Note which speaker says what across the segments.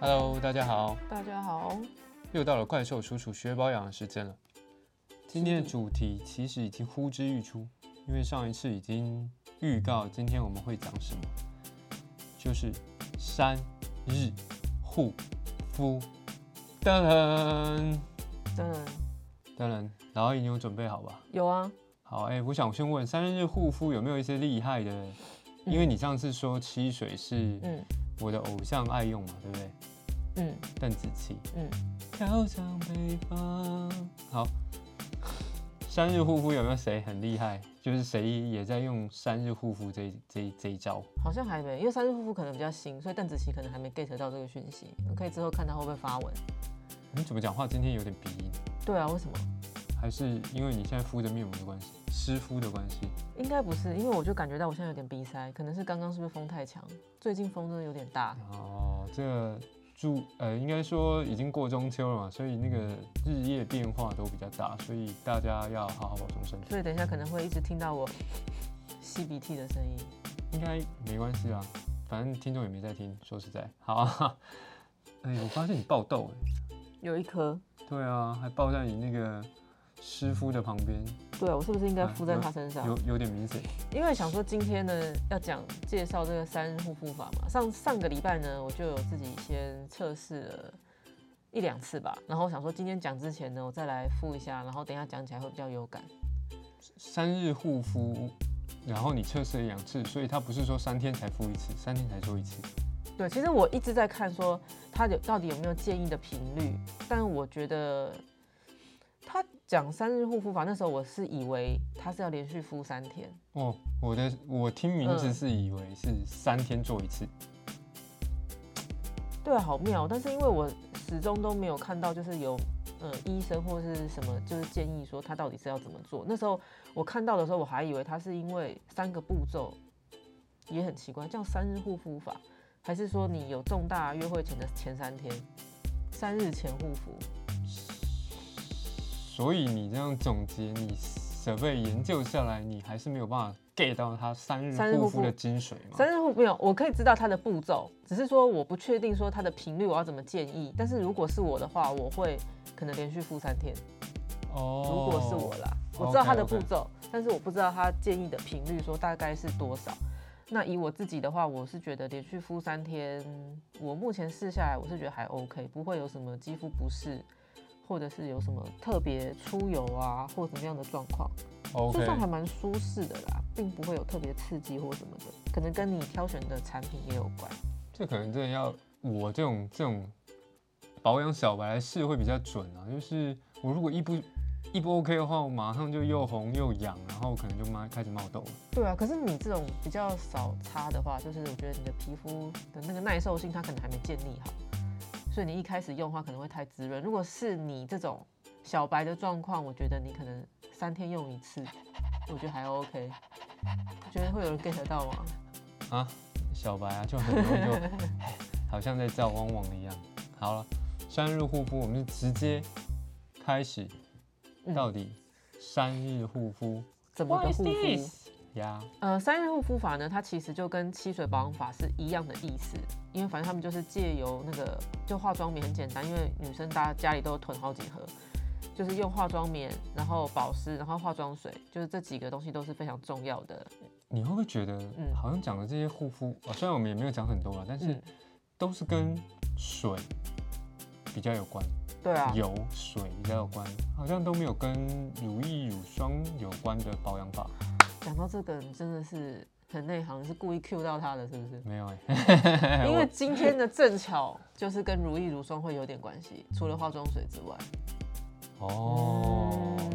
Speaker 1: Hello，大家好，
Speaker 2: 大家好，
Speaker 1: 又到了怪兽叔叔学保养的时间了。今天的主题其实已经呼之欲出，因为上一次已经预告今天我们会讲什么，就是三日护肤。当然，
Speaker 2: 真的
Speaker 1: 当然，老阿姨你有准备好吧？
Speaker 2: 有啊，
Speaker 1: 好，哎、我想先问三日护肤有没有一些厉害的？因为你上次说七水是
Speaker 2: 嗯
Speaker 1: 我的偶像爱用嘛，对不对？
Speaker 2: 嗯
Speaker 1: 邓紫棋。
Speaker 2: 嗯，
Speaker 1: 飘向北方。好， 三日护肤有没有谁很厉害？就是谁也在用三日护肤这一这一这一招？
Speaker 2: 好像还没，因为三日夫妇可能比较新，所以邓紫棋可能还没 get 到这个讯息。我可以之后看他会不会发文。
Speaker 1: 你怎么讲话今天有点鼻音？
Speaker 2: 对啊，为什么？
Speaker 1: 还是因为你现在敷着面膜的关系，湿敷的关系？
Speaker 2: 应该不是，因为我就感觉到我现在有点鼻塞，可能是刚刚是不是风太强？最近风真的有点大。
Speaker 1: 哦，这个住呃，应该说已经过中秋了嘛，所以那个日夜变化都比较大，所以大家要好好保重身体。
Speaker 2: 所以等一下可能会一直听到我吸鼻涕的声音。
Speaker 1: 应该没关系啦，反正听众也没在听。说实在，好啊。哎、我发现你爆痘哎、
Speaker 2: 有一颗，
Speaker 1: 对啊，还抱在你那个湿敷的旁边，
Speaker 2: 对啊我是不是应该
Speaker 1: 啊
Speaker 2: 敷在
Speaker 1: 有
Speaker 2: 他身上？
Speaker 1: 有有点明显。
Speaker 2: 因为想说今天呢要讲介绍这个三日护肤法嘛，上上个礼拜呢我就有自己先测试了一两次吧，然后我想说今天讲之前呢我再来敷一下，然后等一下讲起来会比较有感。
Speaker 1: 三日护肤，然后你测试了两次，所以它不是说三天才敷一次，三天才做一次。
Speaker 2: 对，其实我一直在看说他有到底有没有建议的频率，但我觉得他讲三日护肤法那时候我是以为他是要连续敷三天，
Speaker 1: 哦，我的我听名字
Speaker 2: 嗯
Speaker 1: 是以为是三天做一次，
Speaker 2: 对啊，好妙。但是因为我始终都没有看到，就是有呃医生或是什么，就是建议说他到底是要怎么做。那时候我看到的时候，我还以为他是因为三个步骤，也很奇怪，叫三日护肤法，还是说你有重大约会前的前三天，三日前护肤？
Speaker 1: 所以你这样总结，你 survey 研究下来，你还是没有办法 get 到它三日
Speaker 2: 三日
Speaker 1: 护
Speaker 2: 护
Speaker 1: 肤
Speaker 2: 肤
Speaker 1: 的精髓嘛？
Speaker 2: 三日护没有，我可以知道它的步骤，只是说我不确定说它的频率我要怎么建议。但是如果是我的话，我会可能连续敷三天。
Speaker 1: 哦
Speaker 2: 如果是我啦，
Speaker 1: 哦
Speaker 2: 我知道它的
Speaker 1: OK，OK
Speaker 2: 步骤但是我不知道它建议的频率说大概是多少。那以我自己的话，我是觉得连续敷三天，我目前试下来，我是觉得还 OK，不会有什么肌肤不适，或者是有什么特别出油啊，或怎么样的状况，就
Speaker 1: OK，
Speaker 2: 算还蛮舒适的啦，并不会有特别刺激或什么的，可能跟你挑选的产品也有关。
Speaker 1: 这可能真的要我这种这种保养小白来试会比较准啊。就是我如果一不一不 OK 的话，我马上就又红又痒，然后可能就冒开始冒痘了。
Speaker 2: 对啊，可是你这种比较少擦的话，就是我觉得你的皮肤的那个耐受性它可能还没建立好，所以你一开始用的话可能会太滋润。如果是你这种小白的状况，我觉得你可能三天用一次，我觉得还 OK。觉得会有人 get 到吗？
Speaker 1: 小白啊，就很容易就 好像在照汪汪一样。好了，三日护肤，我们就直接开始，
Speaker 2: 嗯
Speaker 1: 到底三日护肤
Speaker 2: 怎么的护肤？
Speaker 1: 呀？
Speaker 2: 呃，三日护肤法呢，它其实就跟七水保养法是一样的意思，因为反正他们就是借由那个就化妆棉很简单，因为女生大家家里都有囤好几盒，就是用化妆棉，然后保湿，然后化妆水，就是这几个东西都是非常重要的。
Speaker 1: 你会不会觉得
Speaker 2: 嗯
Speaker 1: 好像讲的这些护肤、啊，虽然我们也没有讲很多了，但是
Speaker 2: 嗯，
Speaker 1: 都是跟水比较有关，
Speaker 2: 对啊，
Speaker 1: 油水比较有关，好像都没有跟乳液、乳霜有关的保养法，
Speaker 2: 讲到这个你真的是很内行，你是故意 Q 到他的，是不是？
Speaker 1: 没有 哎、
Speaker 2: 因为今天的正巧就是跟如意如霜会有点关系，除了化妆水之外，
Speaker 1: 哦，
Speaker 2: 嗯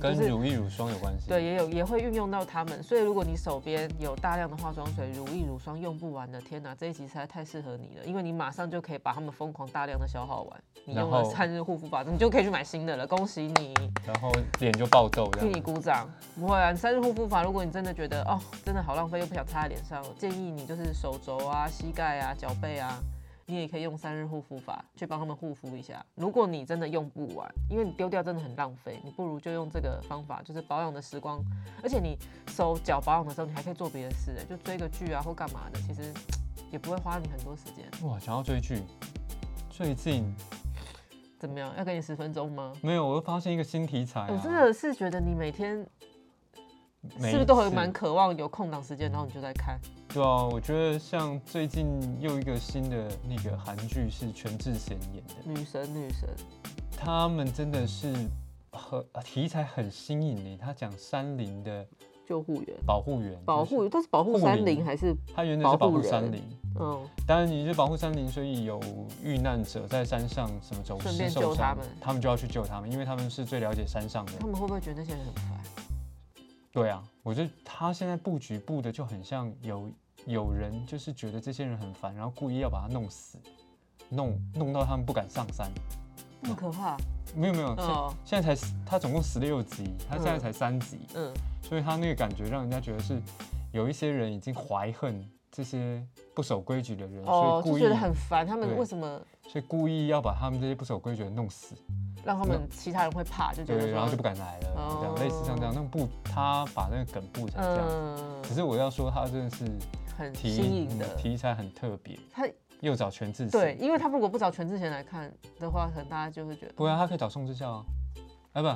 Speaker 1: 跟
Speaker 2: 就是
Speaker 1: 乳液、乳霜有关系。
Speaker 2: 对，，也有也会运用到它们。所以如果你手边有大量的化妆水、乳液、乳霜用不完的，天哪，这一集实在太适合你了，因为你马上就可以把它们疯狂大量的消耗完。你
Speaker 1: 然
Speaker 2: 用了
Speaker 1: 后
Speaker 2: 三日护肤法，你就可以去买新的了，恭喜你，
Speaker 1: 然后脸就爆痘这
Speaker 2: 替你
Speaker 1: 样。
Speaker 2: 鼓掌。不会啊，你三日护肤法，如果你真的觉得哦，真的好浪费，又不想擦在脸上，我建议你就是手肘啊、膝盖啊、脚背啊。你也可以用三日护肤法去帮他们护肤一下。如果你真的用不完，因为你丢掉真的很浪费，你不如就用这个方法，就是保养的时光。而且你手脚保养的时候，你还可以做别的事，欸就追个剧啊或干嘛的，其实也不会花你很多时间。
Speaker 1: 哇，想要追剧，最近
Speaker 2: 怎么样？要给你十分钟吗？
Speaker 1: 没有，我又发现一个新题材、啊。
Speaker 2: 我哦真的是觉得你每天
Speaker 1: 每
Speaker 2: 是不
Speaker 1: 一
Speaker 2: 是都会
Speaker 1: 次
Speaker 2: 蛮渴望有空档时间，然后你就在看。
Speaker 1: 对啊，我觉得像最近又一个新的那个韩剧是全智贤演的，
Speaker 2: 女神，女神，
Speaker 1: 他们真的是很题材很新颖诶。他讲山林的
Speaker 2: 救护员，
Speaker 1: 保护员，
Speaker 2: 保
Speaker 1: 就
Speaker 2: 护，
Speaker 1: 是
Speaker 2: 但是保护
Speaker 1: 护
Speaker 2: 山
Speaker 1: 林
Speaker 2: 林还是
Speaker 1: 他原本是保
Speaker 2: 保护
Speaker 1: 护
Speaker 2: 人
Speaker 1: 山林，
Speaker 2: 嗯，
Speaker 1: 当然你是保护山林，所以有遇难者在山上什么走
Speaker 2: 顺
Speaker 1: 失
Speaker 2: 便
Speaker 1: 受
Speaker 2: 救他
Speaker 1: 伤
Speaker 2: 们，
Speaker 1: 他们就要去救他们，因为他们是最了解山上的
Speaker 2: 他。们会不会觉得那些人很烦？
Speaker 1: 对啊，我觉得他现在布局布的就很像有有人就是觉得这些人很烦，然后故意要把他弄死，弄弄到他们不敢上山。
Speaker 2: 那么可怕？
Speaker 1: 没有没有，现、
Speaker 2: 哦
Speaker 1: 现在才他总共十六集，他现在
Speaker 2: 嗯
Speaker 1: 才三集，
Speaker 2: 嗯，
Speaker 1: 所以他那个感觉让人家觉得是有一些人已经怀恨这些不守规矩的人，
Speaker 2: 哦，
Speaker 1: 所
Speaker 2: 就
Speaker 1: 以故
Speaker 2: 觉得
Speaker 1: 意
Speaker 2: 很烦，他们
Speaker 1: 对
Speaker 2: 为什么
Speaker 1: 所以故意要把他们这些不守规矩的弄死，
Speaker 2: 让他们其他人会怕，就觉得哦
Speaker 1: 对，
Speaker 2: 说，
Speaker 1: 然后就不敢来了，这样类似像这样，那布他把那个梗布成这样，
Speaker 2: 嗯
Speaker 1: 只，是我要说他真的是
Speaker 2: 很
Speaker 1: 题
Speaker 2: 新颖
Speaker 1: 嗯
Speaker 2: 的。
Speaker 1: 题材很特别，
Speaker 2: 他
Speaker 1: 又找全智贤，
Speaker 2: 对，，因为他如果不找全智贤来看的话，可能大家就会觉得，
Speaker 1: 不然他可以找宋智孝啊，哎不，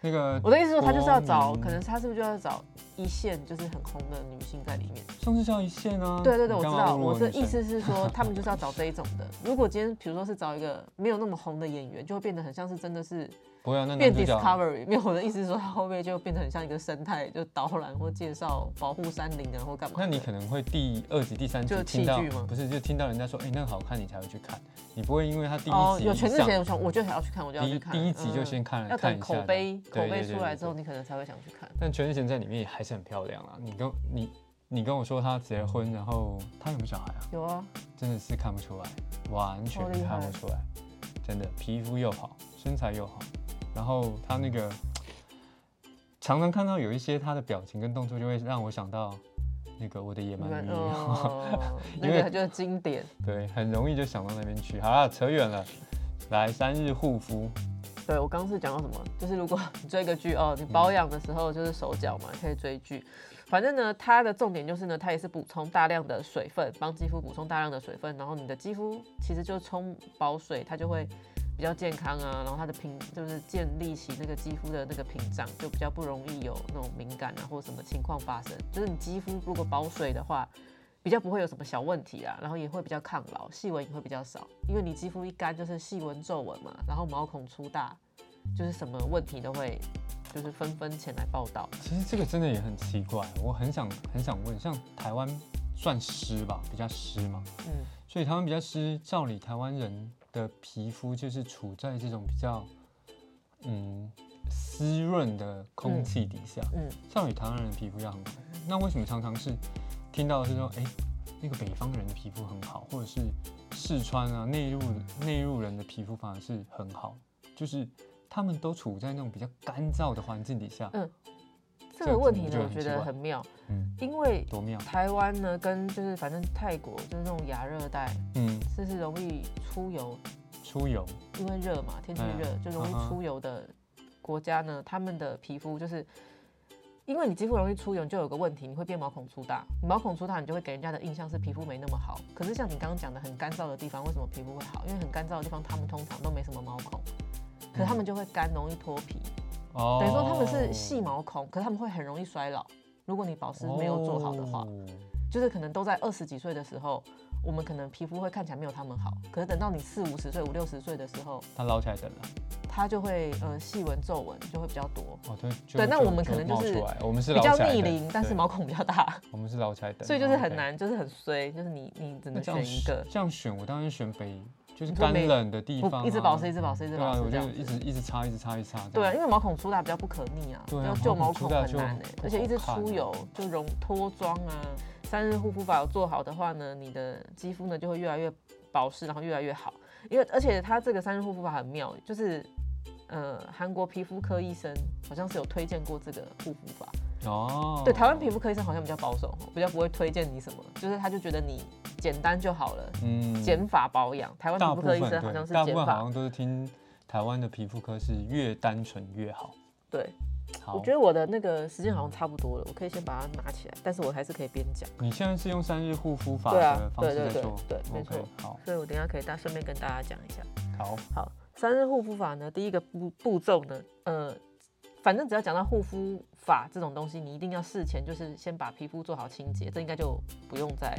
Speaker 1: 那个
Speaker 2: 我的意思说他就是要
Speaker 1: 国
Speaker 2: 找，
Speaker 1: 民
Speaker 2: 可能他是不是就要找一线就是很红的女性在里面？
Speaker 1: 宋智孝一线啊，
Speaker 2: 对对对，
Speaker 1: 你
Speaker 2: 我
Speaker 1: 干
Speaker 2: 知
Speaker 1: 嘛
Speaker 2: 道，
Speaker 1: 侮辱
Speaker 2: 我的
Speaker 1: 女
Speaker 2: 意
Speaker 1: 生
Speaker 2: 思是 说，他们就是要找这一种的。如果今天比如说是找一个没有那么红的演员，就会变得很像是真的是
Speaker 1: 不会啊，那
Speaker 2: 变
Speaker 1: 男主角
Speaker 2: Discovery。没有，我的意思是说，它会不会就变得很像一个生态，就导览或介绍保护山林啊，或干嘛的？
Speaker 1: 那你可能会第二集、第三集
Speaker 2: 就
Speaker 1: 听到
Speaker 2: 弃剧吗，
Speaker 1: 不是就听到人家说，哎、那个好看，你才会去看，你不会因为他第一
Speaker 2: 哦，
Speaker 1: 集
Speaker 2: 有全智
Speaker 1: 上
Speaker 2: 贤，我想我就想要去看，我就要
Speaker 1: 第
Speaker 2: 去
Speaker 1: 一
Speaker 2: 看。
Speaker 1: 第一集就
Speaker 2: 嗯
Speaker 1: 先看了、
Speaker 2: 要
Speaker 1: 看
Speaker 2: 等
Speaker 1: 一下
Speaker 2: 口碑
Speaker 1: 这
Speaker 2: 口
Speaker 1: 样
Speaker 2: 碑
Speaker 1: 对对对
Speaker 2: 出来
Speaker 1: 对
Speaker 2: 之后，
Speaker 1: 对
Speaker 2: 你可能才会想去看。
Speaker 1: 但全智贤在里面也还是很漂亮啊。你跟你你跟我说她结婚，然后她有没有小孩啊？
Speaker 2: 有啊，
Speaker 1: 真的是看不出来，完全
Speaker 2: 好厉害
Speaker 1: 看不出来，真的皮肤又好，身材又好，然后她那个 常常看到有一些她的表情跟动作，就会让我想到那个我的野
Speaker 2: 你
Speaker 1: 蛮
Speaker 2: 们
Speaker 1: 女 友。
Speaker 2: 哦，那
Speaker 1: 因为
Speaker 2: 个就是经典。
Speaker 1: 对，很容易就想到那边去。好了，扯远了。来，三日护肤，
Speaker 2: 对我刚刚是讲到什么？就是如果 你追个剧哦，你保养的时候就是手脚嘛，可以追剧。反正呢，它的重点就是呢，它也是补充大量的水分，帮肌肤补充大量的水分，然后你的肌肤其实就充饱水，它就会比较健康啊，然后它的屏就是建立起那个肌肤的那个屏障，就比较不容易有那种敏感啊或什么情况发生。就是你肌肤如果保水的话，比较不会有什么小问题啦，啊然后也会比较抗老，细纹也会比较少，因为你肌肤一干就是细纹皱纹嘛，然后毛孔粗大，就是什么问题都会就是纷纷前来报道。
Speaker 1: 其实这个真的也很奇怪，我很想很想问，像台湾算湿吧，比较湿嘛，
Speaker 2: 嗯，
Speaker 1: 所以台湾比较湿，照理台湾人的皮肤就是处在这种比较嗯湿润的空气底下，
Speaker 2: 嗯嗯
Speaker 1: 照理台湾人的皮肤要很好，那为什么常常是听到是说，哎、那个北方人的皮肤很好，或者是四川啊内陆内陆人的皮肤反而是很好，就是他们都处在那种比较干燥的环境底下，
Speaker 2: 嗯
Speaker 1: 这
Speaker 2: 这个
Speaker 1: 样
Speaker 2: 问
Speaker 1: 子
Speaker 2: 题
Speaker 1: 你
Speaker 2: 呢
Speaker 1: 就，
Speaker 2: 我
Speaker 1: 很
Speaker 2: 觉
Speaker 1: 奇
Speaker 2: 得
Speaker 1: 怪
Speaker 2: 很妙，
Speaker 1: 嗯，
Speaker 2: 因为
Speaker 1: 多妙，
Speaker 2: 台湾呢跟就是反正泰国就是那种亚热带，
Speaker 1: 嗯，
Speaker 2: 就是容易出油，
Speaker 1: 出油，
Speaker 2: 因为热嘛，天气
Speaker 1: 嗯
Speaker 2: 热就容易
Speaker 1: 嗯哼
Speaker 2: 出油的国家呢，他们的皮肤就是。因为你肌肤容易出油，你就有个问题，你会变毛孔粗大。你毛孔粗大，你就会给人家的印象是皮肤没那么好。可是像你刚刚讲的，很干燥的地方，为什么皮肤会好？因为很干燥的地方，他们通常都没什么毛孔，
Speaker 1: 嗯
Speaker 2: 可是他们就会干，容易脱皮。
Speaker 1: 哦
Speaker 2: 等于说他们是细毛孔，可是他们会很容易衰老。如果你保湿没有做好的话，
Speaker 1: 哦
Speaker 2: 就是可能都在二十几岁的时候，我们可能皮肤会看起来没有他们好。可是等到你四五十岁、五六十岁的时候，
Speaker 1: 他捞起来等了。
Speaker 2: 它就会呃细纹皱纹就会比较多，
Speaker 1: 哦，对，就
Speaker 2: 对那
Speaker 1: 就
Speaker 2: 我们可能就
Speaker 1: 冒
Speaker 2: 是
Speaker 1: 出来我们是
Speaker 2: 比
Speaker 1: 捞
Speaker 2: 较
Speaker 1: 起来
Speaker 2: 逆
Speaker 1: 的
Speaker 2: 龄，但是
Speaker 1: 对
Speaker 2: 毛孔比较大，
Speaker 1: 我们是捞起来等，
Speaker 2: 所以就是
Speaker 1: 哦
Speaker 2: 很
Speaker 1: ，OK。
Speaker 2: 难，就是很衰，就是你你只
Speaker 1: 那
Speaker 2: 能
Speaker 1: 这
Speaker 2: 选
Speaker 1: 样
Speaker 2: 一个，
Speaker 1: 这样选，我当然选北，就是
Speaker 2: 你说
Speaker 1: 干
Speaker 2: 没
Speaker 1: 冷的地方啊，
Speaker 2: 不一直保湿，一直保湿，一直
Speaker 1: 对
Speaker 2: 保
Speaker 1: 啊，
Speaker 2: 湿
Speaker 1: 我
Speaker 2: 这
Speaker 1: 就
Speaker 2: 样
Speaker 1: 一
Speaker 2: 子。
Speaker 1: 直一直擦，一直擦，一直擦。
Speaker 2: 对啊，
Speaker 1: 这
Speaker 2: 因
Speaker 1: 样，
Speaker 2: 为毛孔粗大比较不可逆啊，
Speaker 1: 对啊
Speaker 2: 要
Speaker 1: 毛
Speaker 2: 救
Speaker 1: 孔
Speaker 2: 毛
Speaker 1: 粗
Speaker 2: 孔
Speaker 1: 大
Speaker 2: 很
Speaker 1: 就
Speaker 2: 难哎、
Speaker 1: 不
Speaker 2: 而且
Speaker 1: 好
Speaker 2: 一直
Speaker 1: 看
Speaker 2: 出
Speaker 1: 啊
Speaker 2: 油就容脱妆啊。三日护肤法有做好的话呢，你的肌肤呢就会越来越保湿，然后越来越好。因为而且它这个三日护肤法很妙，就是呃韩国皮肤科医生好像是有推荐过这个护肤法，
Speaker 1: 哦，
Speaker 2: 对，台湾皮肤科医生好像比较保守，比较不会推荐你什么，就是他就觉得你简单就好了，
Speaker 1: 嗯
Speaker 2: 减法保养。台湾皮
Speaker 1: 大
Speaker 2: 肤
Speaker 1: 部
Speaker 2: 科医
Speaker 1: 分
Speaker 2: 生
Speaker 1: 对，
Speaker 2: 好像是
Speaker 1: 大部
Speaker 2: 减
Speaker 1: 分好
Speaker 2: 法，
Speaker 1: 像都是听台湾的皮肤科是越单纯越好，
Speaker 2: 对，
Speaker 1: 好，
Speaker 2: 我觉得我的那个时间好像差不多了，我可以先把它拿起来，但是我还是可以边讲，
Speaker 1: 你现在是用三日护肤法
Speaker 2: 对啊
Speaker 1: 的方式
Speaker 2: 对
Speaker 1: 在
Speaker 2: 对
Speaker 1: 做，
Speaker 2: 对对没
Speaker 1: OK，
Speaker 2: 错
Speaker 1: 好，
Speaker 2: 所以我等一下可以大顺便跟大家讲一下。
Speaker 1: 好，
Speaker 2: 好，三日护肤法呢，第一个步步骤呢，呃，反正只要讲到护肤法这种东西，你一定要事前就是先把皮肤做好清洁，这应该就不用再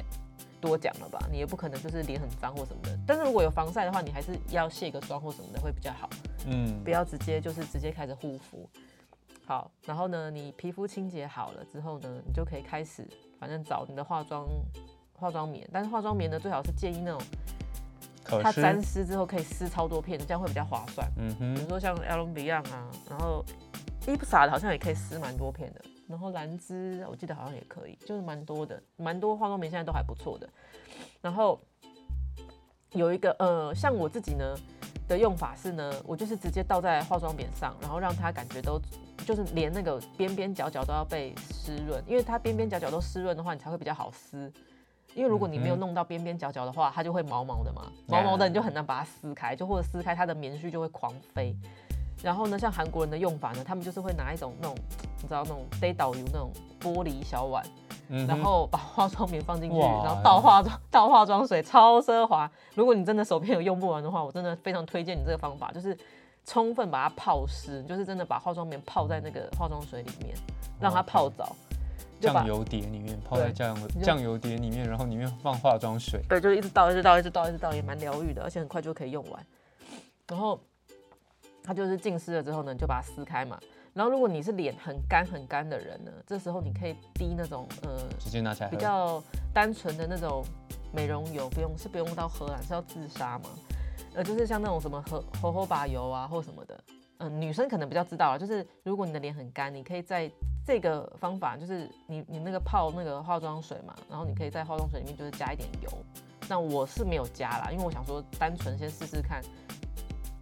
Speaker 2: 多讲了吧？你也不可能就是脸很脏或什么的。但是如果有防晒的话，你还是要卸个妆或什么的会比较好，
Speaker 1: 嗯
Speaker 2: 不，要直接就是直接开始护肤。好，然后呢，你皮肤清洁好了之后呢，你就可以开始，反正找你的化妆化妆棉，但是化妆棉呢，最好是建议那种
Speaker 1: 可
Speaker 2: 它
Speaker 1: 是，
Speaker 2: 沾湿之后可以湿超多片的，这样会比较划算。
Speaker 1: 嗯
Speaker 2: 比如
Speaker 1: 哼，
Speaker 2: 说像 L B y o n 啊，然后 Ipsa 的好像也可以撕蛮多片的，然后兰芝我记得好像也可以，就是蛮多的，蛮多化妆棉现在都还不错的。然后有一个呃，像我自己呢的用法是呢，我就是直接倒在化妆棉上，然后让它感觉都就是连那个边边角角都要被湿润，因为它边边角角都湿润的话，你才会比较好撕。因为如果你没有
Speaker 1: 嗯哼
Speaker 2: 弄到边边角角的话，它就会毛毛的嘛，毛
Speaker 1: 嗯
Speaker 2: 毛的你就很难把它撕开，就或者撕开它的棉絮就会狂飞。然后呢，像韩国人的用法呢，他们就是会拿一种那种你知道那种 day 导游那种玻璃小碗，
Speaker 1: 嗯哼
Speaker 2: 然后把化妆棉放进去，
Speaker 1: 哇
Speaker 2: 然后倒化妆倒化妆水，超奢华。如果你真的手边有用不完的话，我真的非常推荐你这个方法，就是充分把它泡湿，就是真的把化妆棉泡在那个化妆水里面，让它泡澡，就把
Speaker 1: 哦酱油碟里面泡在
Speaker 2: 对
Speaker 1: 酱油
Speaker 2: 就
Speaker 1: 酱油碟里面，然后里面放化妆水，
Speaker 2: 对，就是一直倒，一直倒，一直倒，一直倒，也蛮疗愈的，而且很快就可以用完。然后它就是浸湿了之后呢，你就把它撕开嘛。然后如果你是脸很干很干的人呢，这时候你可以滴那种呃
Speaker 1: 直接拿起来
Speaker 2: 比
Speaker 1: 喝。啊
Speaker 2: 较单纯的那种美容油，不用是不用到喝啦，是要自杀嘛？呃，就是像那种什么荷荷荷巴油啊或什么的，嗯、女生可能比较知道啊。就是如果你的脸很干，你可以在这个方法，就是你你那个泡那个化妆水嘛，然后你可以在化妆水里面就是加一点油。那我是没有加啦，因为我想说单纯先试试看，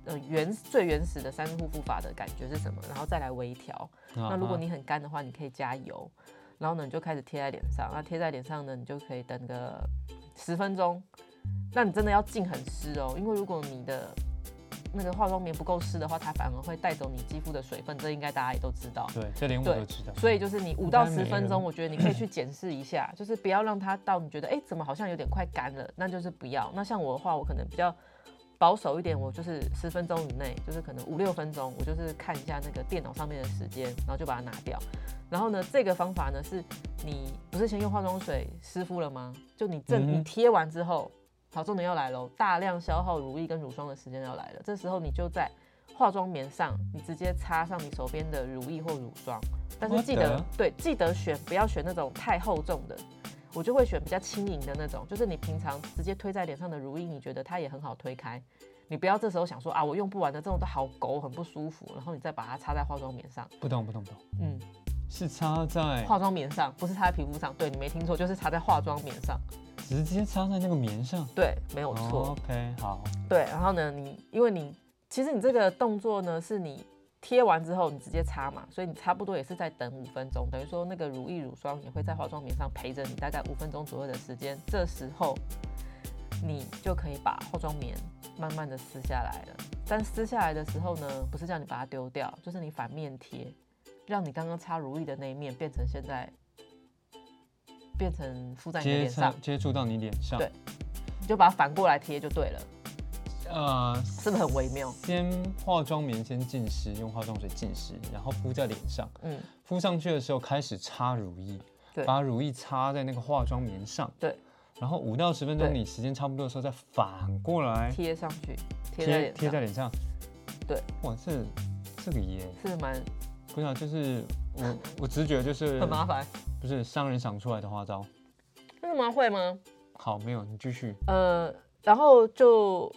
Speaker 2: 呃原最原始的三日护肤法的感觉是什么，然后再来微调。那如果你很干的话，你可以加油，然后呢你就开始贴在脸上。那贴在脸上呢，你就可以等个十分钟。那你真的要浸很湿哦，因为如果你的那个化妆棉不够湿的话，它反而会带走你肌肤的水分，这应该大家也都知道。
Speaker 1: 对，这连我
Speaker 2: 对
Speaker 1: 都知道。
Speaker 2: 所以就是你五到
Speaker 1: 应
Speaker 2: 十
Speaker 1: 该没
Speaker 2: 分钟，
Speaker 1: 人
Speaker 2: 我觉得你可以去检视 一下，就是不要让它到你觉得哎、诶怎么好像有点快干了，那就是不要。那像我的话，我可能比较保守一点，我就是十分钟以内，就是可能五六分钟，我就是看一下那个电脑上面的时间，然后就把它拿掉。然后呢，这个方法呢是你不是先用化妆水湿敷了吗？就你正、
Speaker 1: 嗯
Speaker 2: 你贴完之后，好，重点要来喽，大量消耗乳液跟乳霜的时间要来了。这时候你就在化妆棉上，你直接擦上你手边的乳液或乳霜，但是记
Speaker 1: 我
Speaker 2: 得
Speaker 1: 的
Speaker 2: 对，记得选不要选那种太厚重的。我就会选比较轻盈的那种，就是你平常直接推在脸上的乳液，你觉得它也很好推开，你不要这时候想说啊，我用不完的这种都好狗，很不舒服，然后你再把它擦在化妆棉上，
Speaker 1: 不懂不懂不懂，
Speaker 2: 嗯，
Speaker 1: 是擦在
Speaker 2: 化妆棉上，不是擦在皮肤上。对你没听错，就是擦在化妆棉上。
Speaker 1: 直接擦在那个棉上。
Speaker 2: 对，没有错。
Speaker 1: 哦 OK，好，
Speaker 2: 对，然后呢，你因为你其实你这个动作呢，是你贴完之后你直接擦嘛，所以你差不多也是在等五分钟，等于说那个乳液、乳霜也会在化妆棉上陪着你大概五分钟左右的时间。这时候你就可以把化妆棉慢慢的撕下来了。但撕下来的时候呢，不是叫你把它丢掉，就是你反面贴，让你刚刚擦乳液的那一面变成现在变成敷在你的
Speaker 1: 接
Speaker 2: 脸
Speaker 1: 擦
Speaker 2: 上，
Speaker 1: 接触到你脸上。
Speaker 2: 对你就把它反过来贴就对了，
Speaker 1: 呃，
Speaker 2: 是不是很微妙？
Speaker 1: 先化妆棉先浸湿，用化妆水浸湿，然后敷在脸上。
Speaker 2: 嗯。
Speaker 1: 敷上去的时候开始擦乳液，
Speaker 2: 对
Speaker 1: 把乳液擦在那个化妆棉上。
Speaker 2: 对。
Speaker 1: 然后五到十分钟，
Speaker 2: 对
Speaker 1: 你时间差不多的时候再反过来
Speaker 2: 贴上去，贴在脸
Speaker 1: 哎贴在
Speaker 2: 上，
Speaker 1: 脸上。
Speaker 2: 对，
Speaker 1: 哇，这这个也
Speaker 2: 是蛮
Speaker 1: 不知道，就是我我直觉就是
Speaker 2: 很麻烦。
Speaker 1: 不是商人想出来的花招。
Speaker 2: 真的吗？会吗？
Speaker 1: 好，没有，你继续。
Speaker 2: 呃，然后就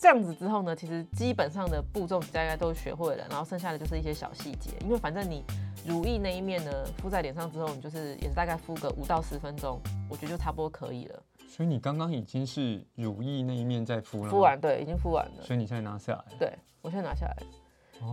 Speaker 2: 这样子之后呢，其实基本上的步骤大家都学会了，然后剩下的就是一些小细节，因为反正你乳液那一面呢敷在脸上之后，你就是也是大概敷个五到十分钟，我觉得就差不多可以了。
Speaker 1: 所以你刚刚已经是乳液那一面在敷了吗，
Speaker 2: 敷完，对，已经敷完了。
Speaker 1: 所以你现在拿下来了。
Speaker 2: 对，我现在拿下来了。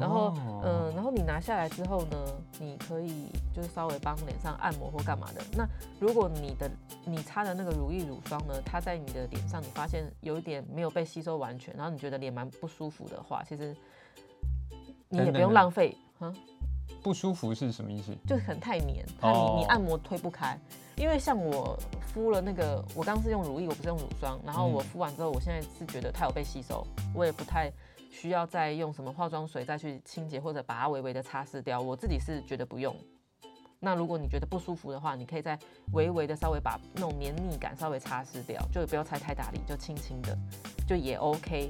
Speaker 2: 然后，嗯、
Speaker 1: 哦
Speaker 2: 然后你拿下来之后呢，你可以就是稍微帮脸上按摩或干嘛的。那如果你的你擦的那个乳液乳霜呢，它在你的脸上你发现有一点没有被吸收完全，然后你觉得脸蛮不舒服的话，其实你
Speaker 1: 等
Speaker 2: 也
Speaker 1: 等
Speaker 2: 不用
Speaker 1: 等
Speaker 2: 浪费，嗯，
Speaker 1: 不舒服是什么意思？
Speaker 2: 就是可能太黏，怕你你
Speaker 1: 哦
Speaker 2: 按摩推不开。因为像我敷了那个，我刚是用乳液，我不是用乳霜，然后我
Speaker 1: 嗯
Speaker 2: 敷完之后，我现在是觉得它有被吸收，我也不太需要再用什么化妆水再去清洁或者把它微微的擦拭掉，我自己是觉得不用。那如果你觉得不舒服的话，你可以再微微的稍微把那种黏腻感稍微擦拭掉，就也不要拆太大力，就轻轻的，就也 OK。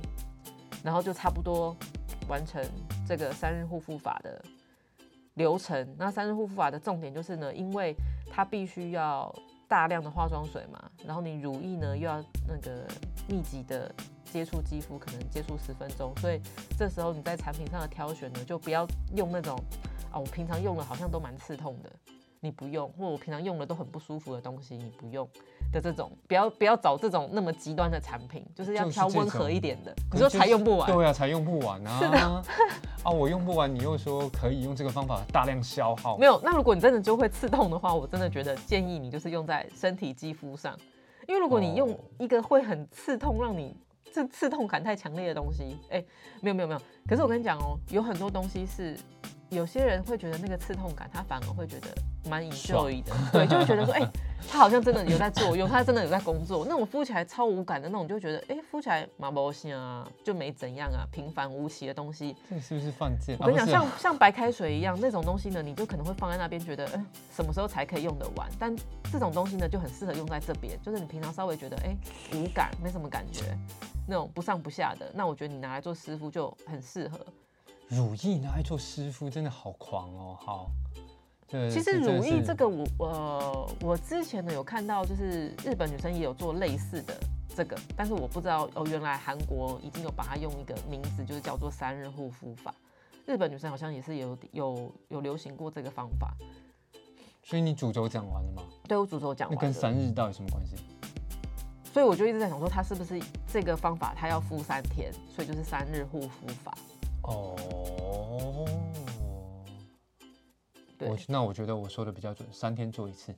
Speaker 2: 然后就差不多完成这个三日护肤法的流程。那三日护肤法的重点就是呢，因为它必须要大量的化妆水嘛，然后你乳液呢又要那个密集的接触肌肤，可能接触十分钟，所以这时候你在产品上的挑选呢，就不要用那种啊，我平常用了好像都蛮刺痛的。你不用，或我平常用了都很不舒服的东西，你不用的这种，不要不要找这种那么极端的产品，就是要
Speaker 1: 就是
Speaker 2: 挑
Speaker 1: 这
Speaker 2: 温和
Speaker 1: 种
Speaker 2: 一点的。
Speaker 1: 可
Speaker 2: 你
Speaker 1: 是就
Speaker 2: 说才
Speaker 1: 是
Speaker 2: 用不完，
Speaker 1: 对啊，才用不完啊！ 啊，我用不完，你又说可以用这个方法大量消耗，
Speaker 2: 没有，那如果你真的就会刺痛的话，我真的觉得建议你就是用在身体肌肤上，因为如果你用
Speaker 1: 哦
Speaker 2: 一个会很刺痛，让你这刺痛感太强烈的东西，哎、没有没有没有。可是我跟你讲哦，有很多东西是有些人会觉得那个刺痛感，他反而会觉得蛮 enjoy 的，对，就会觉得说，哎、他好像真的有在作用，他真的有在工作。那种敷起来超无感的那种，就觉得哎，敷起来麻毛线啊，就没怎样啊，平凡无奇的东西，
Speaker 1: 这是不是犯贱？
Speaker 2: 我跟你
Speaker 1: 啊
Speaker 2: 讲，
Speaker 1: 不
Speaker 2: 像像白开水一样那种东西呢，你就可能会放在那边，觉得，嗯、什么时候才可以用得完？但这种东西呢，就很适合用在这边，就是你平常稍微觉得，哎、无感，没什么感觉，那种不上不下的，那我觉得你拿来做湿敷就很适合。
Speaker 1: 是乳液拿来做湿敷，真的好狂哦！好，对，
Speaker 2: 其实乳液这
Speaker 1: 个
Speaker 2: 个我，呃，我之前呢有看到，就是日本女生也有做类似的这个，但是我不知道哦，原来韩国已经有把它用一个名字，就是叫做三日护肤法。日本女生好像也是有有有流行过这个方法，
Speaker 1: 所以你主轴讲完了吗？
Speaker 2: 对我主轴讲
Speaker 1: 那
Speaker 2: 完
Speaker 1: 跟
Speaker 2: 了
Speaker 1: 三日到底什么关系？
Speaker 2: 所以我就一直在想说，他是不是这个方法，他要敷三天，所以就是三日护肤法。
Speaker 1: 哦，
Speaker 2: 对
Speaker 1: 我那我觉得我说的比较准，三天做一次，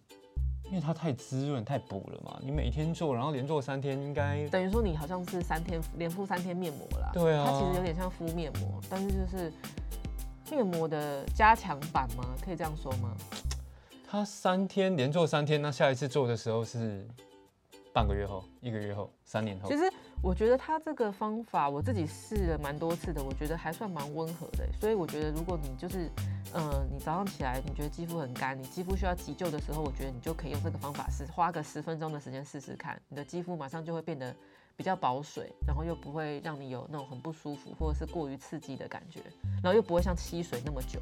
Speaker 1: 因为它太滋润、太补了嘛。你每天做，然后连做三天，应该
Speaker 2: 等于说你好像是三天连敷三天面膜啦。
Speaker 1: 对啊
Speaker 2: 它其实有点像敷面膜，但是就是面膜的加强版吗？可以这样说吗？
Speaker 1: 它三天连做三天，那下一次做的时候是半个月后、一个月后、三年后
Speaker 2: 其。实我觉得它这个方法我自己试了蛮多次的，我觉得还算蛮温和的。欸所以我觉得如果你就是，呃，你早上起来你觉得肌肤很干，你肌肤需要急救的时候，我觉得你就可以用这个方法试，花个十分钟的时间试试看，你的肌肤马上就会变得比较保水，然后又不会让你有那种很不舒服或者是过于刺激的感觉，然后又不会像吸水那么久。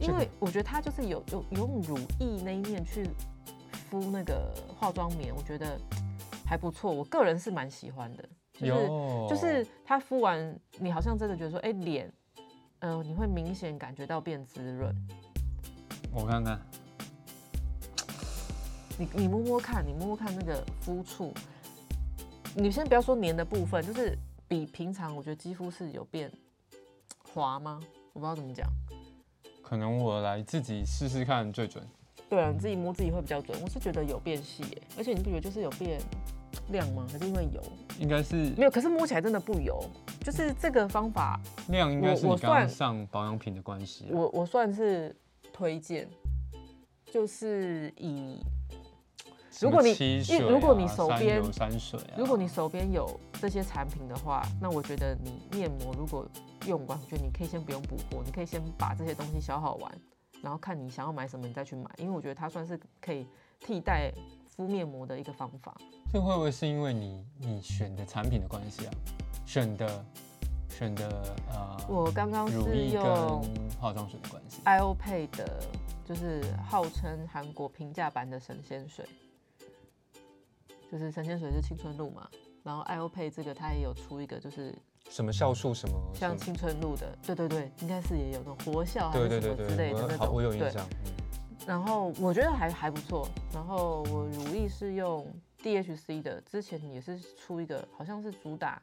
Speaker 1: 这
Speaker 2: 因
Speaker 1: 个
Speaker 2: 为我觉得它就是有有有用乳液那一面去敷那个化妆棉，我觉得还不错，我个人是蛮喜欢的。就是
Speaker 1: 有，
Speaker 2: 就是它敷完，你好像真的觉得说，哎、脸，嗯、你会明显感觉到变滋润。
Speaker 1: 我看看，
Speaker 2: 你你摸摸看，你摸摸看那个肤触，你先不要说黏的部分，就是比平常我觉得肌肤是有变滑吗？我不知道怎么讲。
Speaker 1: 可能我来自己试试看最准。
Speaker 2: 对啊，你自己摸自己会比较准。我是觉得有变细耶，而且你不觉得就是有变亮吗？还是因为油？
Speaker 1: 应该是
Speaker 2: 没有，可是摸起来真的不油。就是这个方法，
Speaker 1: 量，应该是
Speaker 2: 我
Speaker 1: 你
Speaker 2: 我
Speaker 1: 刚刚
Speaker 2: 算
Speaker 1: 上保养品的关系啊。
Speaker 2: 我我算是推荐，就是以
Speaker 1: 什么
Speaker 2: 如果你
Speaker 1: 七
Speaker 2: 一
Speaker 1: 水啊
Speaker 2: 如果你手
Speaker 1: 三
Speaker 2: 边
Speaker 1: 油山水啊，
Speaker 2: 如果你手边有这些产品的话，那我觉得你面膜如果用完，我觉得你可以先不用补货，你可以先把这些东西消耗完，然后看你想要买什么，你再去买，因为我觉得它算是可以替代敷面膜的一个方法。
Speaker 1: 这会不会是因为你你选的产品的关系啊？选的选的呃，
Speaker 2: 我刚刚
Speaker 1: 乳
Speaker 2: 是
Speaker 1: 液跟
Speaker 2: 用啊
Speaker 1: 化妆水的关系。
Speaker 2: IOPay 的，就是号称韩国平价版的神仙水，就是神仙水是青春露嘛，然后 IOPay 这个它也有出一个，就是
Speaker 1: 什么酵素什么？什
Speaker 2: 像
Speaker 1: 么
Speaker 2: 青春露的，对对对，应该是也有那种活效还
Speaker 1: 对对
Speaker 2: 是什
Speaker 1: 对
Speaker 2: 么之类
Speaker 1: 对，
Speaker 2: 的那
Speaker 1: 我好，
Speaker 2: 种，
Speaker 1: 我有
Speaker 2: 对
Speaker 1: 印象。嗯
Speaker 2: 然后我觉得还还不错，然后我如意是用 DHC 的，之前也是出一个好像是主打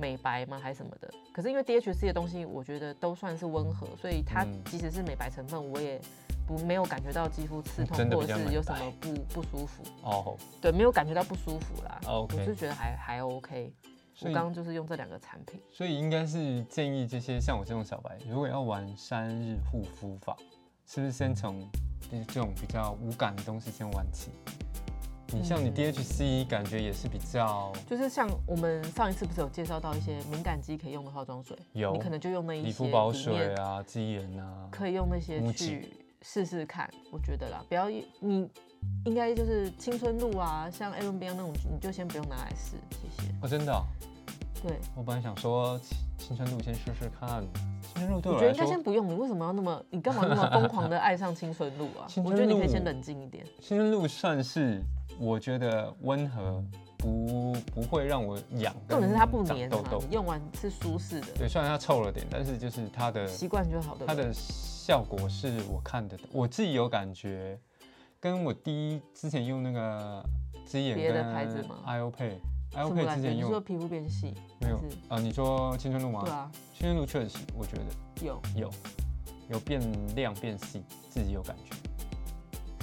Speaker 2: 美白吗还是什么的，可是因为 DHC 的东西我觉得都算是温和，所以它
Speaker 1: 嗯
Speaker 2: 即使是美白成分，我也不没有感觉到肌肤刺
Speaker 1: 真
Speaker 2: 痛
Speaker 1: 的
Speaker 2: 或
Speaker 1: 比较
Speaker 2: 者
Speaker 1: 美白
Speaker 2: 是有什么不不舒服，
Speaker 1: 哦，
Speaker 2: 对，没有感觉到不舒服啦。
Speaker 1: OK
Speaker 2: 我是觉得还还 OK。我
Speaker 1: 所以
Speaker 2: 刚刚就是用这两个产品。
Speaker 1: 所以应该是建议这些像我这种小白，如果要玩三日护肤法，是不是先从这这种比较无感的东西先玩起？你像你
Speaker 2: 嗯
Speaker 1: DHC 感觉也是比较
Speaker 2: 就是像我们上一次不是有介绍到一些敏感肌可以用的化妆水，
Speaker 1: 有
Speaker 2: 你可能就用那一
Speaker 1: 理
Speaker 2: 些
Speaker 1: 肤宝
Speaker 2: 里
Speaker 1: 水
Speaker 2: 面
Speaker 1: 啊、肌研啊，
Speaker 2: 可以用那些
Speaker 1: 木
Speaker 2: 去试试看，我觉得啦，不要一你应该就是青春露啊，像艾伦 b 那种，你就先不用拿来试，谢谢。
Speaker 1: 哦，真的哦、
Speaker 2: 对，
Speaker 1: 我本来想说青青春露先试试看，青春露对
Speaker 2: 我
Speaker 1: 我
Speaker 2: 觉
Speaker 1: 来
Speaker 2: 得应该先
Speaker 1: 说，？
Speaker 2: 不用，你为什么要那么，你干嘛那么疯狂的爱上青春露啊
Speaker 1: 青春露
Speaker 2: 我觉得你可以先冷静一点。
Speaker 1: 青春露算是我觉得温和，不不会让我痒，
Speaker 2: 重点是它不粘啊
Speaker 1: 痘
Speaker 2: 嘛，
Speaker 1: 痘。
Speaker 2: 你用完是舒适的，
Speaker 1: 对，虽然它臭了点，但是就是它的
Speaker 2: 习惯就好，对
Speaker 1: 它
Speaker 2: 不对？
Speaker 1: 的效果是我看的，我自己有感觉，跟我第一之前用那个之眼
Speaker 2: 别的
Speaker 1: 跟
Speaker 2: 牌子吗
Speaker 1: IO Pay。
Speaker 2: 什
Speaker 1: IO
Speaker 2: 么
Speaker 1: Pay
Speaker 2: 来
Speaker 1: 之
Speaker 2: 着？
Speaker 1: 前
Speaker 2: 你是说
Speaker 1: 用
Speaker 2: 皮肤变细？
Speaker 1: 没有
Speaker 2: 还是
Speaker 1: 啊？你说青春露吗？
Speaker 2: 对啊，
Speaker 1: 青春露确实，我觉得
Speaker 2: 有，
Speaker 1: 有有变亮变细，自己有感觉。